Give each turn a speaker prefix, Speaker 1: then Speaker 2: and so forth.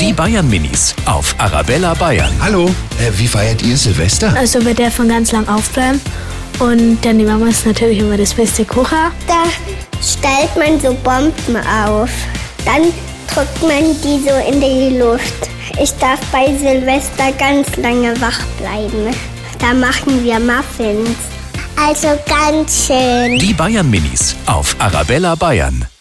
Speaker 1: Die Bayern Minis auf Arabella Bayern.
Speaker 2: Hallo, äh, wie feiert ihr Silvester?
Speaker 3: Also wir dürfen ganz lang aufbleiben. Und dann die Mama ist natürlich immer das beste Kocher.
Speaker 4: Da stellt man so Bomben auf. Dann drückt man die so in die Luft. Ich darf bei Silvester ganz lange wach bleiben. Da machen wir Muffins. Also ganz schön.
Speaker 1: Die Bayern Minis auf Arabella Bayern.